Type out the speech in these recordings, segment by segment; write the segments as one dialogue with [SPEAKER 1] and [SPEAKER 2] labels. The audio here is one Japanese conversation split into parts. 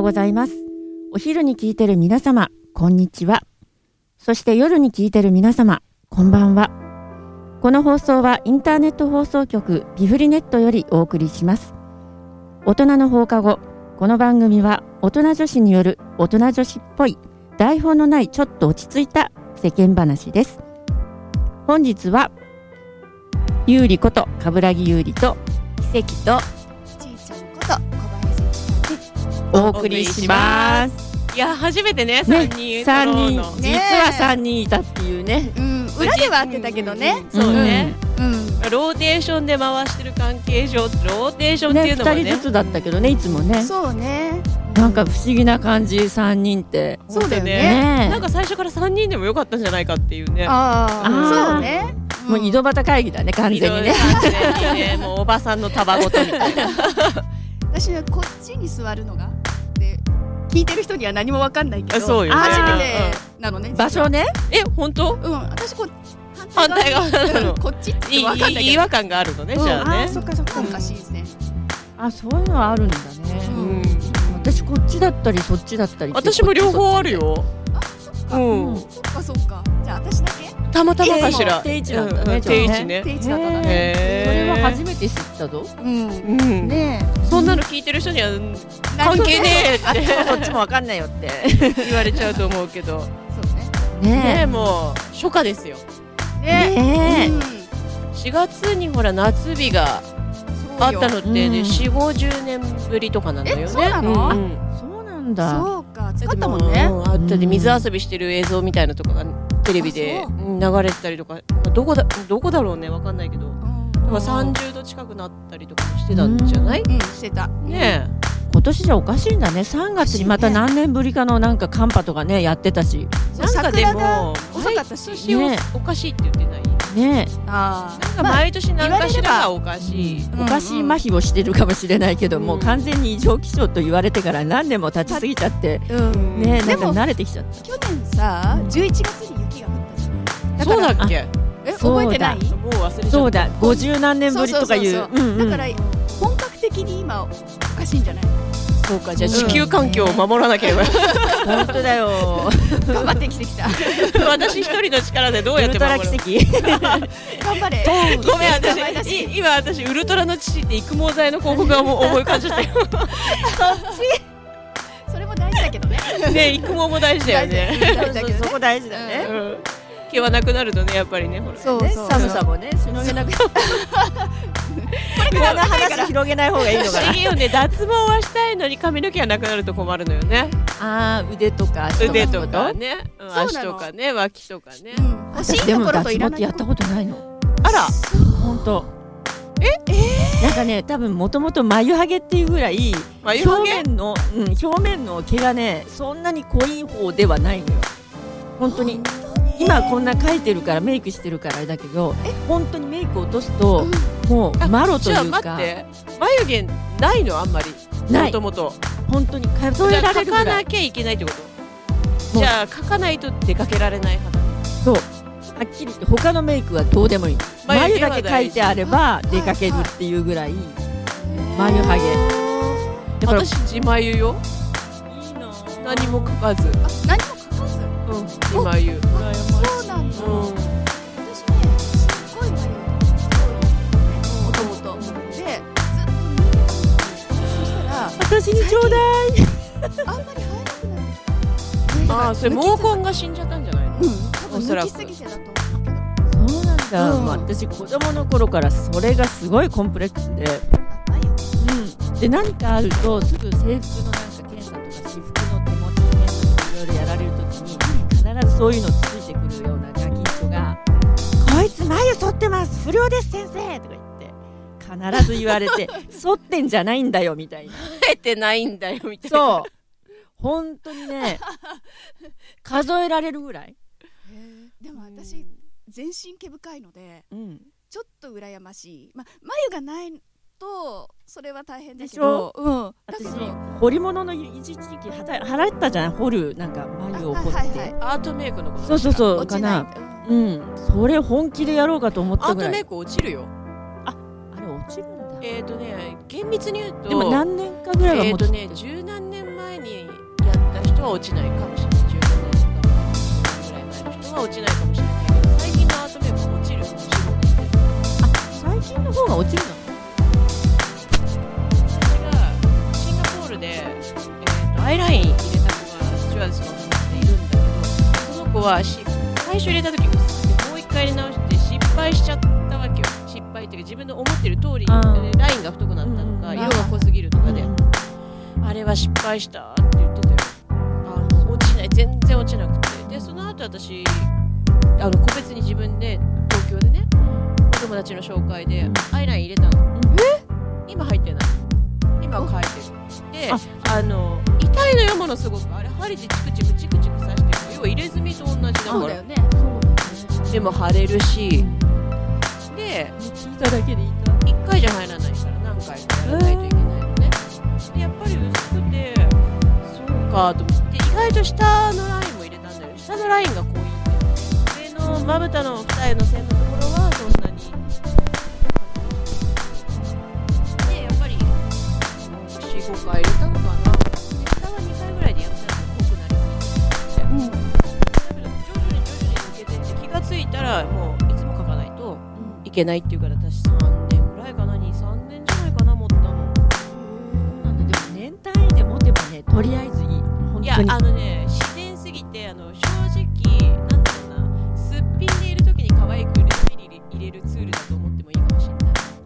[SPEAKER 1] ございます。お昼に聞いてる皆様、こんにちは。そして夜に聞いてる皆様、こんばんは。この放送はインターネット放送局ビフリネットよりお送りします。大人の放課後、この番組は大人女子による大人女子っぽい台本のないちょっと落ち着いた世間話です。本日は、ゆうりこと、かぶらぎゆうりと、奇跡と
[SPEAKER 2] ちいちゃんこと小林
[SPEAKER 1] お送りします。
[SPEAKER 3] いや初めてね
[SPEAKER 1] ね
[SPEAKER 3] 三人
[SPEAKER 1] 三
[SPEAKER 3] 揃う
[SPEAKER 1] 人
[SPEAKER 3] の、
[SPEAKER 2] ね
[SPEAKER 1] 実
[SPEAKER 2] え
[SPEAKER 1] は三人いたっていうね。
[SPEAKER 2] うん裏では会ってたけどね
[SPEAKER 3] うんそうね、
[SPEAKER 2] うん
[SPEAKER 3] ローテーションで回してる関係上ローテーションってい
[SPEAKER 1] ね、
[SPEAKER 3] うのも
[SPEAKER 1] 二
[SPEAKER 3] ね
[SPEAKER 1] 人ずつだったけどね、いつもね。
[SPEAKER 2] そうね
[SPEAKER 1] なんか不思議な感じ、三人って。
[SPEAKER 2] そうだよね
[SPEAKER 1] ね
[SPEAKER 3] なんか最初から三人でもよかったんじゃないかっていうね
[SPEAKER 2] ああ
[SPEAKER 1] あー
[SPEAKER 2] そうね
[SPEAKER 1] もう井戸端会議だね、完全にね。
[SPEAKER 3] 完全に ねもうおばさんのたばごとみたいな
[SPEAKER 2] 私はこっちに座るのがで聞いてる人には何もわかんないけど
[SPEAKER 3] そうよ
[SPEAKER 1] ね
[SPEAKER 2] 初めてなのね
[SPEAKER 1] 場所ね。
[SPEAKER 3] え本当
[SPEAKER 2] うん私こう
[SPEAKER 3] 反対側なの
[SPEAKER 2] うんこっちって
[SPEAKER 3] いい
[SPEAKER 2] わかんない
[SPEAKER 3] いい違
[SPEAKER 2] けど
[SPEAKER 3] 和感があるのね、
[SPEAKER 2] うん
[SPEAKER 3] じゃあ
[SPEAKER 1] あ
[SPEAKER 3] ね
[SPEAKER 1] ー
[SPEAKER 2] そっかそっかおかしいですね
[SPEAKER 1] あ、そういうのはあるんだ
[SPEAKER 3] う
[SPEAKER 1] ね。
[SPEAKER 2] うん
[SPEAKER 3] ん
[SPEAKER 1] 私こっちだったり、そっちだったり。
[SPEAKER 3] 私も両方ある。よ
[SPEAKER 2] あそっ
[SPEAKER 3] う
[SPEAKER 2] か
[SPEAKER 3] ん、
[SPEAKER 1] うん
[SPEAKER 2] そっかそっかじゃあ私だけ
[SPEAKER 3] たまたまかしら
[SPEAKER 1] いつも定位置なんだね
[SPEAKER 3] うん定位置ね
[SPEAKER 2] 定位置だったんだね
[SPEAKER 1] へーそれ
[SPEAKER 3] へ
[SPEAKER 1] は
[SPEAKER 3] ー
[SPEAKER 1] 初めて知ったぞ。
[SPEAKER 2] うん
[SPEAKER 3] うん、
[SPEAKER 2] ね
[SPEAKER 3] そんなの聞いてる人には
[SPEAKER 2] え
[SPEAKER 3] 関係ねえって
[SPEAKER 1] そっちもわかんないよって。
[SPEAKER 3] 言われちゃうと思うけど
[SPEAKER 2] そうね
[SPEAKER 3] ねえ
[SPEAKER 1] ね
[SPEAKER 3] もう初夏ですよ
[SPEAKER 1] え。
[SPEAKER 2] ね
[SPEAKER 1] ね
[SPEAKER 2] うん
[SPEAKER 3] 4月にほら夏日が
[SPEAKER 2] そうよ
[SPEAKER 3] あったのって、ね
[SPEAKER 1] うん
[SPEAKER 3] 4 5 0年ぶりとかなのよね
[SPEAKER 2] えそうなの
[SPEAKER 3] うんうん
[SPEAKER 1] え。そうなんだ。
[SPEAKER 2] そうか
[SPEAKER 3] だ
[SPEAKER 2] 使
[SPEAKER 3] って
[SPEAKER 2] った
[SPEAKER 3] も
[SPEAKER 2] も
[SPEAKER 3] うん
[SPEAKER 2] ね
[SPEAKER 3] あだって水遊びしてる映像みたいなとかがテレビで
[SPEAKER 2] あ
[SPEAKER 3] うん流れてたりとかまあどこだどこだろうねわかんないけど
[SPEAKER 2] うん
[SPEAKER 3] なんか30度近くなったりとかもしてたんじゃない、
[SPEAKER 2] うんしてた
[SPEAKER 3] ね
[SPEAKER 1] 今年じゃおかしいんだね3月にまた何年ぶりかのなんか寒波とかねやってたし
[SPEAKER 3] え
[SPEAKER 2] そう
[SPEAKER 3] なんかで
[SPEAKER 2] 桜が
[SPEAKER 3] も
[SPEAKER 2] 遅かったし
[SPEAKER 3] 毎年お,、
[SPEAKER 1] ね
[SPEAKER 3] おかしいって言ってない
[SPEAKER 1] ね
[SPEAKER 2] あ
[SPEAKER 3] なん
[SPEAKER 2] あ
[SPEAKER 3] か毎年何かしら
[SPEAKER 2] まあ
[SPEAKER 3] がおかしい、
[SPEAKER 1] おかしい麻痺をしてるかもしれないけども、
[SPEAKER 3] うん
[SPEAKER 1] 完全に異常気象と言われてから何年も経ちすぎちゃって、
[SPEAKER 2] うん
[SPEAKER 1] ねなん
[SPEAKER 2] で
[SPEAKER 1] か
[SPEAKER 2] も
[SPEAKER 1] 慣れてきちゃっ
[SPEAKER 2] 去年さ11月に雪が降ったじゃんだか
[SPEAKER 3] そう
[SPEAKER 2] ら
[SPEAKER 3] だっけ
[SPEAKER 2] え
[SPEAKER 1] そうだ
[SPEAKER 2] 覚えてない
[SPEAKER 3] もう忘れちゃった
[SPEAKER 1] たそうだ50何年ぶりとかいう
[SPEAKER 2] そうそう
[SPEAKER 1] うんう
[SPEAKER 2] だ
[SPEAKER 1] ん
[SPEAKER 2] から本格的に今おかしいんじゃない
[SPEAKER 3] そうかじゃあ地球環境を守らなければ、
[SPEAKER 1] 本当だよ
[SPEAKER 2] 頑張ってきてきた
[SPEAKER 3] 私一人の力でど う
[SPEAKER 1] ウ
[SPEAKER 3] やっ
[SPEAKER 1] ル
[SPEAKER 3] て
[SPEAKER 1] トラ
[SPEAKER 3] 守る
[SPEAKER 1] 奇跡
[SPEAKER 2] 頑張れ
[SPEAKER 3] ごめん
[SPEAKER 2] 名前だ
[SPEAKER 3] 私
[SPEAKER 2] し
[SPEAKER 3] い今私ウルトラの父って育毛剤の広告がもう思い浮かんじゃった よ
[SPEAKER 2] それも大事だけどね
[SPEAKER 3] ね育毛も大事だよね、
[SPEAKER 2] 大事だけ
[SPEAKER 1] そ
[SPEAKER 2] ど
[SPEAKER 1] こ
[SPEAKER 2] ね
[SPEAKER 1] 大事だ
[SPEAKER 3] う
[SPEAKER 1] ね,、
[SPEAKER 3] ん、毛はなくなるとねやっぱりねほら
[SPEAKER 2] そう
[SPEAKER 1] ね
[SPEAKER 2] そう
[SPEAKER 1] 寒さもねしのげなくこれからの話広げない方がいいの
[SPEAKER 3] 不
[SPEAKER 1] か
[SPEAKER 3] 思
[SPEAKER 1] な
[SPEAKER 3] 議よね脱毛はしたいのに髪の毛がなくなると困るのよね
[SPEAKER 1] あー腕とか足
[SPEAKER 3] 腕と
[SPEAKER 1] のこ
[SPEAKER 3] かね、うん
[SPEAKER 2] そうなの
[SPEAKER 3] 足とかね脇とかね、
[SPEAKER 2] うん欲しい
[SPEAKER 1] 私で
[SPEAKER 2] と
[SPEAKER 1] も
[SPEAKER 2] ころと
[SPEAKER 1] 脱毛
[SPEAKER 2] いら
[SPEAKER 1] っ
[SPEAKER 2] な
[SPEAKER 1] て
[SPEAKER 2] い
[SPEAKER 1] や
[SPEAKER 2] と
[SPEAKER 1] った
[SPEAKER 2] こ
[SPEAKER 1] ことないの
[SPEAKER 3] あら
[SPEAKER 1] 本当ええなんかね多分もともと眉ハゲっていうぐらい
[SPEAKER 3] 眉毛
[SPEAKER 1] 表面の、うん、表面の毛がねそんなに濃い方ではないのよ本当に今こんな描いてるからメイクしてるからあれだけど本当にメイク落とすと、もう
[SPEAKER 3] あ
[SPEAKER 1] マロという
[SPEAKER 3] じゃ
[SPEAKER 1] か
[SPEAKER 3] あ待って眉毛ないのあんまり
[SPEAKER 1] な
[SPEAKER 3] も
[SPEAKER 1] い
[SPEAKER 3] ともと
[SPEAKER 1] 本当に数
[SPEAKER 3] じ
[SPEAKER 1] え
[SPEAKER 3] ゃ
[SPEAKER 1] ら
[SPEAKER 3] あ
[SPEAKER 1] れ
[SPEAKER 3] 描
[SPEAKER 1] るぐ
[SPEAKER 3] からないきゃいけないってこと
[SPEAKER 1] もう
[SPEAKER 3] じゃあ描かないと出かけられない派
[SPEAKER 1] そうはっきり言って他のメイクはどうでもいい
[SPEAKER 3] 眉
[SPEAKER 1] 眉
[SPEAKER 3] 毛は
[SPEAKER 1] だけ描いてあれば出かけるっていうぐらい眉ハゲだから
[SPEAKER 3] 私自眉よ
[SPEAKER 1] いいの
[SPEAKER 3] 何も書かず、
[SPEAKER 2] あ何も書かず
[SPEAKER 3] うん、自眉
[SPEAKER 2] あそうなんだ
[SPEAKER 3] うん
[SPEAKER 2] 私ねすっごい眉毛が多いもともとでずっと見てたんですよそしたら
[SPEAKER 1] 私にちょうだい
[SPEAKER 2] あんまり生えなくなってきた
[SPEAKER 3] ああそれ毛根が死んじゃったんじゃないの
[SPEAKER 2] うん多分
[SPEAKER 3] おそら
[SPEAKER 2] 抜
[SPEAKER 3] く
[SPEAKER 2] きすぎてだと思うけど
[SPEAKER 1] そうなんだ、
[SPEAKER 2] うん
[SPEAKER 1] まあ私子供の頃からそれがすごいコンプレックスで、
[SPEAKER 2] あ眉毛
[SPEAKER 1] で何かあるとすぐ制服のなんか検査とか私服の手持ち検査とかいろいろやられるときに必ずそういうのついてくるようなガキ人が「こいつ眉剃ってます不良です先生」とか言って必ず言われ て「剃ってんじゃないんだよ」みたいな
[SPEAKER 3] 生えてないんだよみたいな
[SPEAKER 1] そう本当にね数えられるぐらい、
[SPEAKER 2] でも私全身毛深いので
[SPEAKER 1] うん、
[SPEAKER 2] ちょっと羨ましい、ま、眉がないとそれは大変だ
[SPEAKER 1] で
[SPEAKER 2] け
[SPEAKER 1] しょ
[SPEAKER 2] どうんだけ
[SPEAKER 1] 私
[SPEAKER 2] ど
[SPEAKER 1] 彫り物の一時期はた払ったじゃん彫るなんか眉を彫って、
[SPEAKER 2] あはいはい
[SPEAKER 3] アートメイクのこと
[SPEAKER 1] そうそう
[SPEAKER 3] う
[SPEAKER 1] そう
[SPEAKER 2] 落
[SPEAKER 1] か
[SPEAKER 2] ちな
[SPEAKER 1] ない
[SPEAKER 2] うん
[SPEAKER 1] うんそれ本気でやろうかと思っ
[SPEAKER 3] ア
[SPEAKER 1] た
[SPEAKER 3] ー
[SPEAKER 1] ぐ
[SPEAKER 3] ト
[SPEAKER 1] らい
[SPEAKER 3] メイク落ちるよ
[SPEAKER 1] あれ落ちるんだ
[SPEAKER 3] えっ、ー、とね厳密に言うと
[SPEAKER 1] でも何年かぐらいは
[SPEAKER 3] えっ、
[SPEAKER 1] もう
[SPEAKER 3] ー、とね十何年前に人は落ちないかもしれない15年とかぐらい前の人は落ちないかもしれないけど最近のアートメイクは落ちる仕事してる
[SPEAKER 4] 最近の方が落ちるの
[SPEAKER 3] 私がシンガポールで、えー、とアイライン入れた子がスチュワーデスの友達でいるんだけどその子はし最初入れた時薄くてもう一回入れ直して失敗しちゃったわけよ失敗っていうか自分の思ってる通りに
[SPEAKER 4] あー
[SPEAKER 3] えーラインが太くなったと
[SPEAKER 4] う
[SPEAKER 3] か
[SPEAKER 4] ん
[SPEAKER 3] 色が濃すぎるとかであれは失敗したって言ってたよあの落ちない全然落ちなくてでその後私あの個別に自分で東京でねお友達の紹介でアイライン入れたの、え今入ってない今は変えてるであの痛いのよものすごくあれ針でチクチクチクチク刺してる要は入れ墨と同じだか
[SPEAKER 2] そうだよ
[SPEAKER 3] ら
[SPEAKER 2] ね
[SPEAKER 3] でも腫れるしで
[SPEAKER 4] 聞いただけでいい
[SPEAKER 3] 一回じゃ入らないから何回かやらないといけないのね、でやっぱり薄くてそうかと思って意外と下のラインも入れたんだけど下のラインが濃いって上のまぶたの二重の線のところはそんなにでやっぱり45回入れたのかなで下は2回ぐらいでやったら濃くなりすぎて、だけど徐々に徐々に抜けてって気がついたらもういつも書かないと。いけないっていうから私3年ぐらいかな23年じゃないかな持ったの
[SPEAKER 1] なんだでも年単位で持てばねとりあえずいい本当に
[SPEAKER 3] いやあのね自然すぎてあの正直なんだろうなすっぴんでいる時に可愛くレシピに入れるツールだと思ってもいいかもしれな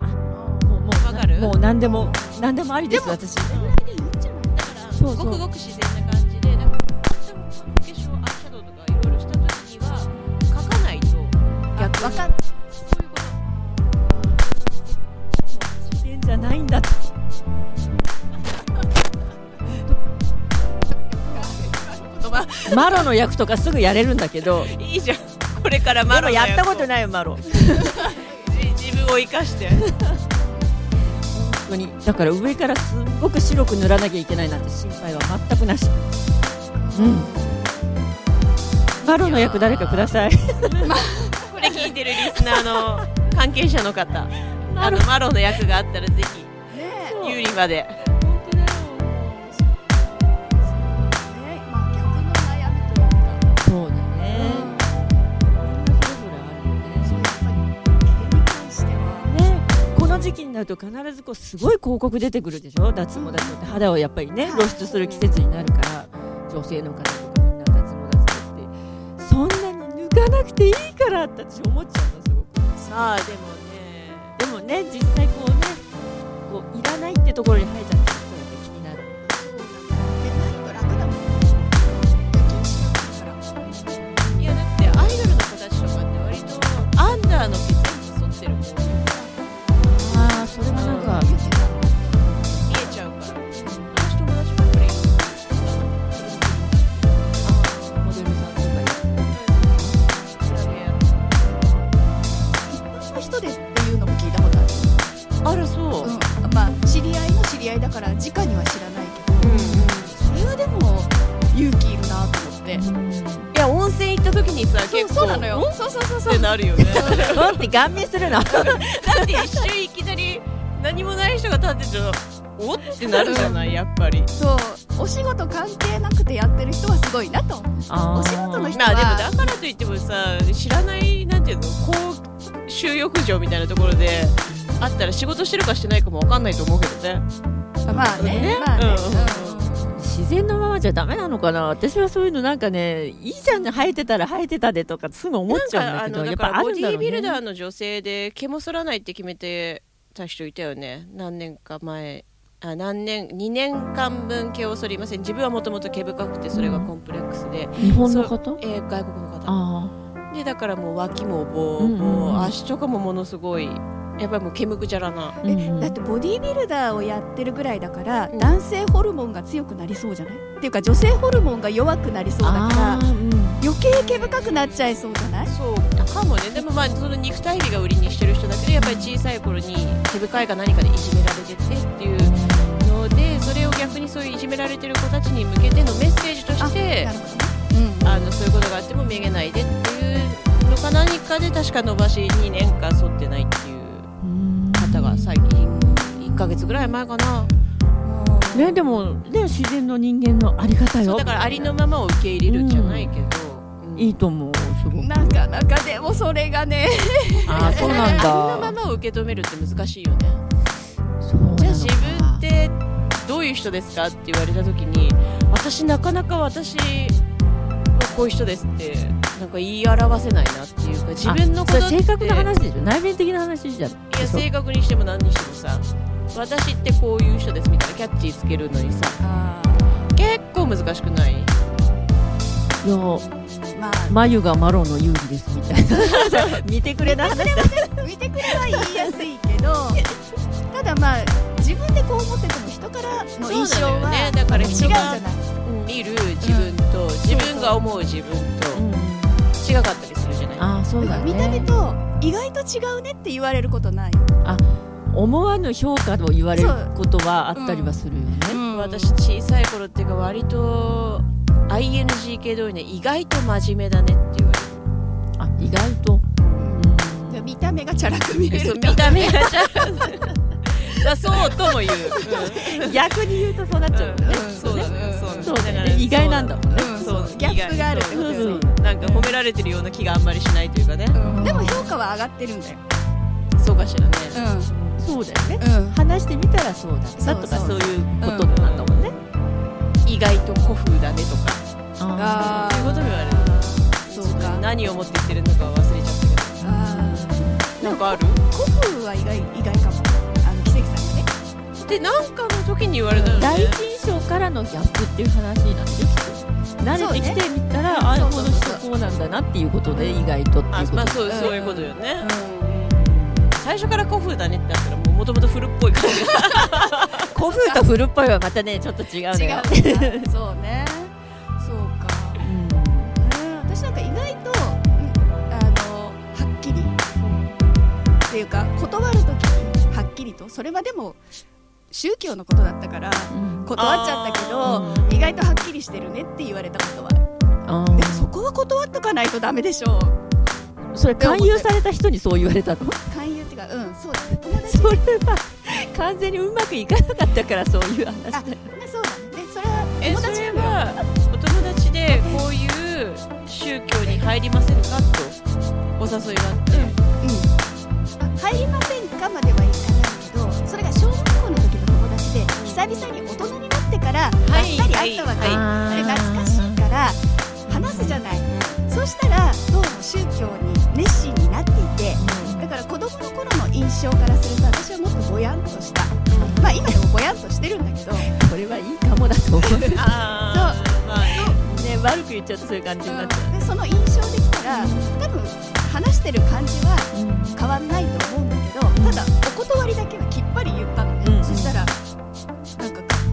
[SPEAKER 3] い
[SPEAKER 1] もうもう
[SPEAKER 3] わかる
[SPEAKER 1] もう何でも何でもありです私
[SPEAKER 2] でいいんじゃない
[SPEAKER 3] だから
[SPEAKER 1] そうそう
[SPEAKER 3] ごくごく自然な感じでなんかでもその化粧アイシャドウとかいろいろした時には描かないと逆
[SPEAKER 2] わ
[SPEAKER 3] に
[SPEAKER 2] かん
[SPEAKER 3] そういうこと
[SPEAKER 1] 自然じゃないんだってマロの役とかすぐやれるんだけど
[SPEAKER 3] いいじゃんこれからマ
[SPEAKER 1] マ
[SPEAKER 3] ロ
[SPEAKER 1] ロ
[SPEAKER 3] の
[SPEAKER 1] やったこと
[SPEAKER 3] い
[SPEAKER 1] ないよマロ
[SPEAKER 3] 自分を生かして
[SPEAKER 1] 本当にだから上からすんごく白く塗らなきゃいけないなんて心配は全くなしうんマロの役誰かください
[SPEAKER 3] これ聞いてるリスナーの関係者の方 あのマロの役があったらぜひ
[SPEAKER 2] ねえ
[SPEAKER 3] ユーリまで
[SPEAKER 2] 本当だよもうそうねまあ逆の悩みというか
[SPEAKER 1] そうだね
[SPEAKER 2] うん
[SPEAKER 1] みんなそれぞれあるよね
[SPEAKER 2] そうやっぱり毛に関しては
[SPEAKER 1] ね、この時期になると必ずこうすごい広告出てくるでしょ脱毛脱毛って肌をやっぱりね
[SPEAKER 2] はい
[SPEAKER 1] 露出する季節になるから女性の方とかみんな脱毛脱毛ってそんなに抜かなくていいからって私思っちゃうのすごく
[SPEAKER 3] さあでも
[SPEAKER 1] でもね実際こうねこういらないってところに生えちゃってる人が気になる
[SPEAKER 2] でないと楽だもんね気にしなくていいから
[SPEAKER 3] ねいやだってアイドルの子たちとかって割とアンダーの毛全部剃ってる子多い
[SPEAKER 1] ああそれはなんか
[SPEAKER 2] 言ってた
[SPEAKER 3] 見えちゃうから私友達ばっかりいる
[SPEAKER 1] モデルさんとかに
[SPEAKER 2] 一般の人でっていうのも聞いたことある
[SPEAKER 3] あらそう、
[SPEAKER 2] うんまあ知り合いの知り合いだから直には知らないけどそれはでも勇気いるなと思って
[SPEAKER 3] いや温泉行った時 にさ
[SPEAKER 2] そう
[SPEAKER 3] 結構
[SPEAKER 2] そうなのよ
[SPEAKER 3] んっ
[SPEAKER 2] そうそうそうそう
[SPEAKER 3] てなるよね
[SPEAKER 1] うんって顔面するの
[SPEAKER 3] だって一瞬いきなり何もない人が立ってちゃおってなるじゃないやっぱり
[SPEAKER 2] そうお仕事関係なくてやってる人はすごいなと思う
[SPEAKER 1] あー
[SPEAKER 2] お仕事の人
[SPEAKER 3] まあ
[SPEAKER 2] は
[SPEAKER 3] でもだからといってもさ知らないなんていうの公衆浴場みたいなところであったら仕事してるかしてないかもわかんないと思うけどね
[SPEAKER 2] まあね
[SPEAKER 3] ね
[SPEAKER 2] まあね
[SPEAKER 3] うん
[SPEAKER 1] 自然のままじゃダメなのかな私はそういうのなんかねいいじゃん生えてたら生えてたでとかすぐ思っちゃうんだけど
[SPEAKER 3] なん
[SPEAKER 1] やっ
[SPEAKER 3] かあ
[SPEAKER 1] ぱあ
[SPEAKER 3] のだからボ
[SPEAKER 1] るん
[SPEAKER 3] デ
[SPEAKER 1] だろ
[SPEAKER 3] ィー
[SPEAKER 1] う
[SPEAKER 3] ビルダ
[SPEAKER 1] ね
[SPEAKER 3] ーの女性で毛も剃らないって決めてた人いたよね何年か前あ何年2年間分毛を剃りません自分はもともと毛深くてそれがコンプレックスで、
[SPEAKER 4] 日本の方
[SPEAKER 3] えー外国の方
[SPEAKER 4] あ
[SPEAKER 3] でだからもう脇もボーボー、
[SPEAKER 1] うんうんうん
[SPEAKER 3] 足とかもものすごいやっぱりもう毛むくじゃらな
[SPEAKER 4] あ、
[SPEAKER 2] え
[SPEAKER 4] うんうん
[SPEAKER 2] だってボディービルダーをやってるぐらいだから、
[SPEAKER 3] うん
[SPEAKER 2] 男性ホルモンが強くなりそうじゃないっていうか女性ホルモンが弱くなりそうだから
[SPEAKER 4] あーうん
[SPEAKER 2] 余計毛深くなっちゃいそうじゃない
[SPEAKER 3] そうかもねでもまあその肉体美が売りにしてる人だけどやっぱり小さい頃に毛深いか何かでいじめられててっていうのでそれを逆にそういういじめられてる子たちに向けてのメッセージとして
[SPEAKER 2] なるほどね、
[SPEAKER 3] あのそういうことがあってもめげないでっていうのか何かで確か伸ばし2年間剃ってないっていう方が最近1ヶ月ぐらい前かな
[SPEAKER 1] ねでもね自然の人間のあり方
[SPEAKER 3] そ
[SPEAKER 1] よ
[SPEAKER 3] うだからありのままを受け入れるんじゃないけど、うん
[SPEAKER 1] いいと思うすごく
[SPEAKER 2] なかなかでもそれがね
[SPEAKER 5] ああそうなん
[SPEAKER 3] ありのま
[SPEAKER 5] だ
[SPEAKER 3] まを受け止めるって難しいよね
[SPEAKER 1] そうなのか
[SPEAKER 3] じゃあ自分ってどういう人ですかって言われた時に私なかなか私こういう人ですってなんか言い表せないなっていうか自分のことっ
[SPEAKER 1] あ
[SPEAKER 3] て
[SPEAKER 1] それ性格の話でしょ内面的な話じゃん
[SPEAKER 3] いや
[SPEAKER 1] そう
[SPEAKER 3] 性格にしても何にしてもさ私ってこういう人ですみたいなキャッチつけるのにさ結構難しくない
[SPEAKER 1] いや
[SPEAKER 2] ま
[SPEAKER 1] 眉がマロンの有利ですみたい な見てくれな話
[SPEAKER 2] あ見てくれは言いやすいけどただまあ自分でこう思ってても人からの印象
[SPEAKER 3] そうな
[SPEAKER 2] は
[SPEAKER 3] のよねだから
[SPEAKER 2] 違うじ
[SPEAKER 3] 人
[SPEAKER 2] ゃ
[SPEAKER 3] が
[SPEAKER 2] ない
[SPEAKER 3] 見る自分と、自分が思う自分と違かったりするじゃない、
[SPEAKER 1] ああそうだね
[SPEAKER 2] 見た目と意外と違うねって言われることない、
[SPEAKER 1] 思わぬ評価を言われることはあったりはするよね、
[SPEAKER 3] 私小さい頃っていうか割と ING 系通りね意外と真面目だねって言われ
[SPEAKER 1] あ意外と、うん
[SPEAKER 2] じゃあ見た目がチャラく見え
[SPEAKER 3] るそう
[SPEAKER 2] る
[SPEAKER 3] 見た目がちゃうまあそうとも言う、
[SPEAKER 1] 逆に言うとそうなっちゃうよね、
[SPEAKER 3] うんそうだねそうだね
[SPEAKER 1] そうだ
[SPEAKER 3] だ
[SPEAKER 1] ね意外なんだ
[SPEAKER 3] もん
[SPEAKER 1] もんね
[SPEAKER 2] うん
[SPEAKER 3] そう
[SPEAKER 2] ギャップがあるってこと
[SPEAKER 3] そうそ
[SPEAKER 2] よね
[SPEAKER 3] うなんか褒められてるような気があんまりしないというかね、
[SPEAKER 2] うんでも評価は上がってるんだよ、
[SPEAKER 3] そうかしらね、
[SPEAKER 1] そうだよね
[SPEAKER 2] うんうん、
[SPEAKER 1] 話してみたらそうだったとか
[SPEAKER 2] そ
[SPEAKER 1] そうういうことなんだもんね、
[SPEAKER 3] 意外と古風だねとか
[SPEAKER 1] あ
[SPEAKER 3] そういうこと言われる
[SPEAKER 2] そうか
[SPEAKER 3] 何を持って言ってるのか忘れちゃったけ
[SPEAKER 2] あ
[SPEAKER 3] どなんかある
[SPEAKER 2] ー古風は意外意外かもあの奇跡さんがね
[SPEAKER 3] でなんかの時に言われた
[SPEAKER 1] ー
[SPEAKER 3] のね
[SPEAKER 1] 第一印象からのギャップっていう話なんですよ慣れてきてみたら、ああこの人こうなんだなっていうことで意外とって
[SPEAKER 3] あ
[SPEAKER 1] いうこと
[SPEAKER 3] まあそう
[SPEAKER 2] うん
[SPEAKER 3] そういうことよね、
[SPEAKER 2] うん
[SPEAKER 3] 最初から古風だねってなったらもともと古っぽい感じが
[SPEAKER 1] 古風と古っぽいはまたねちょっと 違うの
[SPEAKER 2] 違
[SPEAKER 1] よ
[SPEAKER 2] うんだそうねそうか、
[SPEAKER 1] うん
[SPEAKER 2] ね私なんか意外と、うんあのはっきり、っていうか断る時にはっきりとそれはでも宗教のことだったから
[SPEAKER 1] うん
[SPEAKER 2] 断っちゃったけど
[SPEAKER 3] あー
[SPEAKER 2] 意外とはっきりしてるねって言われたことは
[SPEAKER 1] あ
[SPEAKER 2] でも
[SPEAKER 1] ー
[SPEAKER 2] そこは断っとかないとダメでしょう
[SPEAKER 1] それ勧誘された人にそう言われたの
[SPEAKER 2] 勧誘っていうかうんそうだね友達
[SPEAKER 1] それは完全にうまくいかなかったからそういう話
[SPEAKER 2] あまあそうだねそれは
[SPEAKER 3] え
[SPEAKER 2] 友
[SPEAKER 3] そ
[SPEAKER 2] 達
[SPEAKER 3] れ
[SPEAKER 2] よ
[SPEAKER 3] はお友達でこういう宗教に入りませんかとお誘いがあって、
[SPEAKER 2] うんあ入りませんかまではいかないけどそれが小学校の時の友達で久々に大人になってからばっ
[SPEAKER 3] は
[SPEAKER 2] さ
[SPEAKER 3] い
[SPEAKER 2] り会ったわけ、
[SPEAKER 3] はいはい
[SPEAKER 2] で懐かしいから話すじゃないそうしたらどうも宗教に熱心になっていてだから子供の頃の印象からすると私はもっとぼやんとしたまあ今でもぼやんとしてるんだけど
[SPEAKER 1] これはいいかもだと 思うね
[SPEAKER 3] ああそう、まあ、
[SPEAKER 1] 悪く言っちゃってそういう感じになっちゃ
[SPEAKER 2] でその印象できたら多分話してる感じは
[SPEAKER 1] う、うん
[SPEAKER 2] 変わんないと思うんだけどただお断りだけはきっぱり言ったのね、
[SPEAKER 1] うん
[SPEAKER 2] そしたらなんか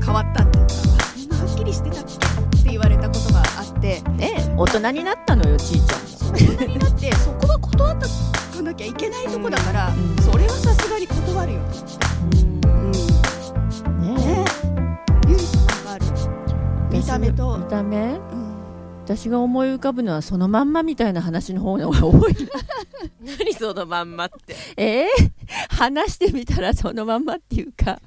[SPEAKER 2] 変わったっていうかあんなはっきりしてたっけって言われたことがあって
[SPEAKER 1] ね大人になったのよちいちゃんも
[SPEAKER 2] 大人になって そこは断っとかなきゃいけないとこだから、
[SPEAKER 1] ん
[SPEAKER 2] それはさすがに断るよ、うんね
[SPEAKER 1] ね
[SPEAKER 2] ゆりさんなんかある
[SPEAKER 1] え
[SPEAKER 2] 見た目と
[SPEAKER 1] 見た目
[SPEAKER 2] うん
[SPEAKER 1] 私が思い浮かぶのはそのまんまみたいな話の方が多い
[SPEAKER 3] 何そのまんまって
[SPEAKER 1] えー、話してみたらそのまんまっていうか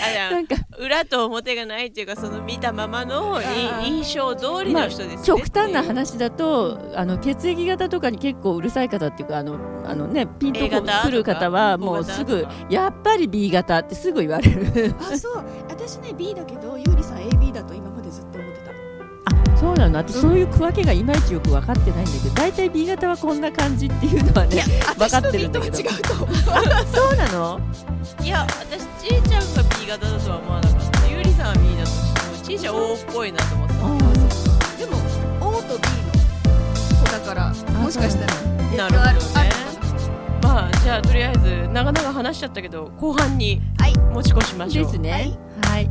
[SPEAKER 3] あじゃあ
[SPEAKER 1] なんか
[SPEAKER 3] 裏と表がないっていうかその見たままのい
[SPEAKER 2] あー
[SPEAKER 3] 印象通りの人ですね、
[SPEAKER 1] 極端な話だとあの血液型とかに結構うるさい方っていうかあのあの、ね、ピンと
[SPEAKER 3] A
[SPEAKER 1] こ
[SPEAKER 3] 型とか
[SPEAKER 1] 来る方はもうすぐ
[SPEAKER 3] O 型とか
[SPEAKER 1] やっぱり B 型ってすぐ言われる
[SPEAKER 2] あそう私ね B だけどゆりさん AB だと今までずっと思ってた
[SPEAKER 1] そうなの私そういう区分けがいまいちよく分かってないんだけど大体 B 型はこんな感じっていうのはね分かってるんだけど
[SPEAKER 2] 私と B とは違うと思う
[SPEAKER 1] そうなの
[SPEAKER 3] いや私ちいちゃんが B 型だとは思わなかったゆりさんは B だとしてもちいちゃん O っぽいなと思ってた
[SPEAKER 2] でも O と B の子だからもしかしたら影響
[SPEAKER 3] なるほどね
[SPEAKER 2] あるのかな
[SPEAKER 3] まあじゃあとりあえず長々話しちゃったけど後半に
[SPEAKER 2] はい
[SPEAKER 3] 持ち越しましょう、
[SPEAKER 1] ですねはい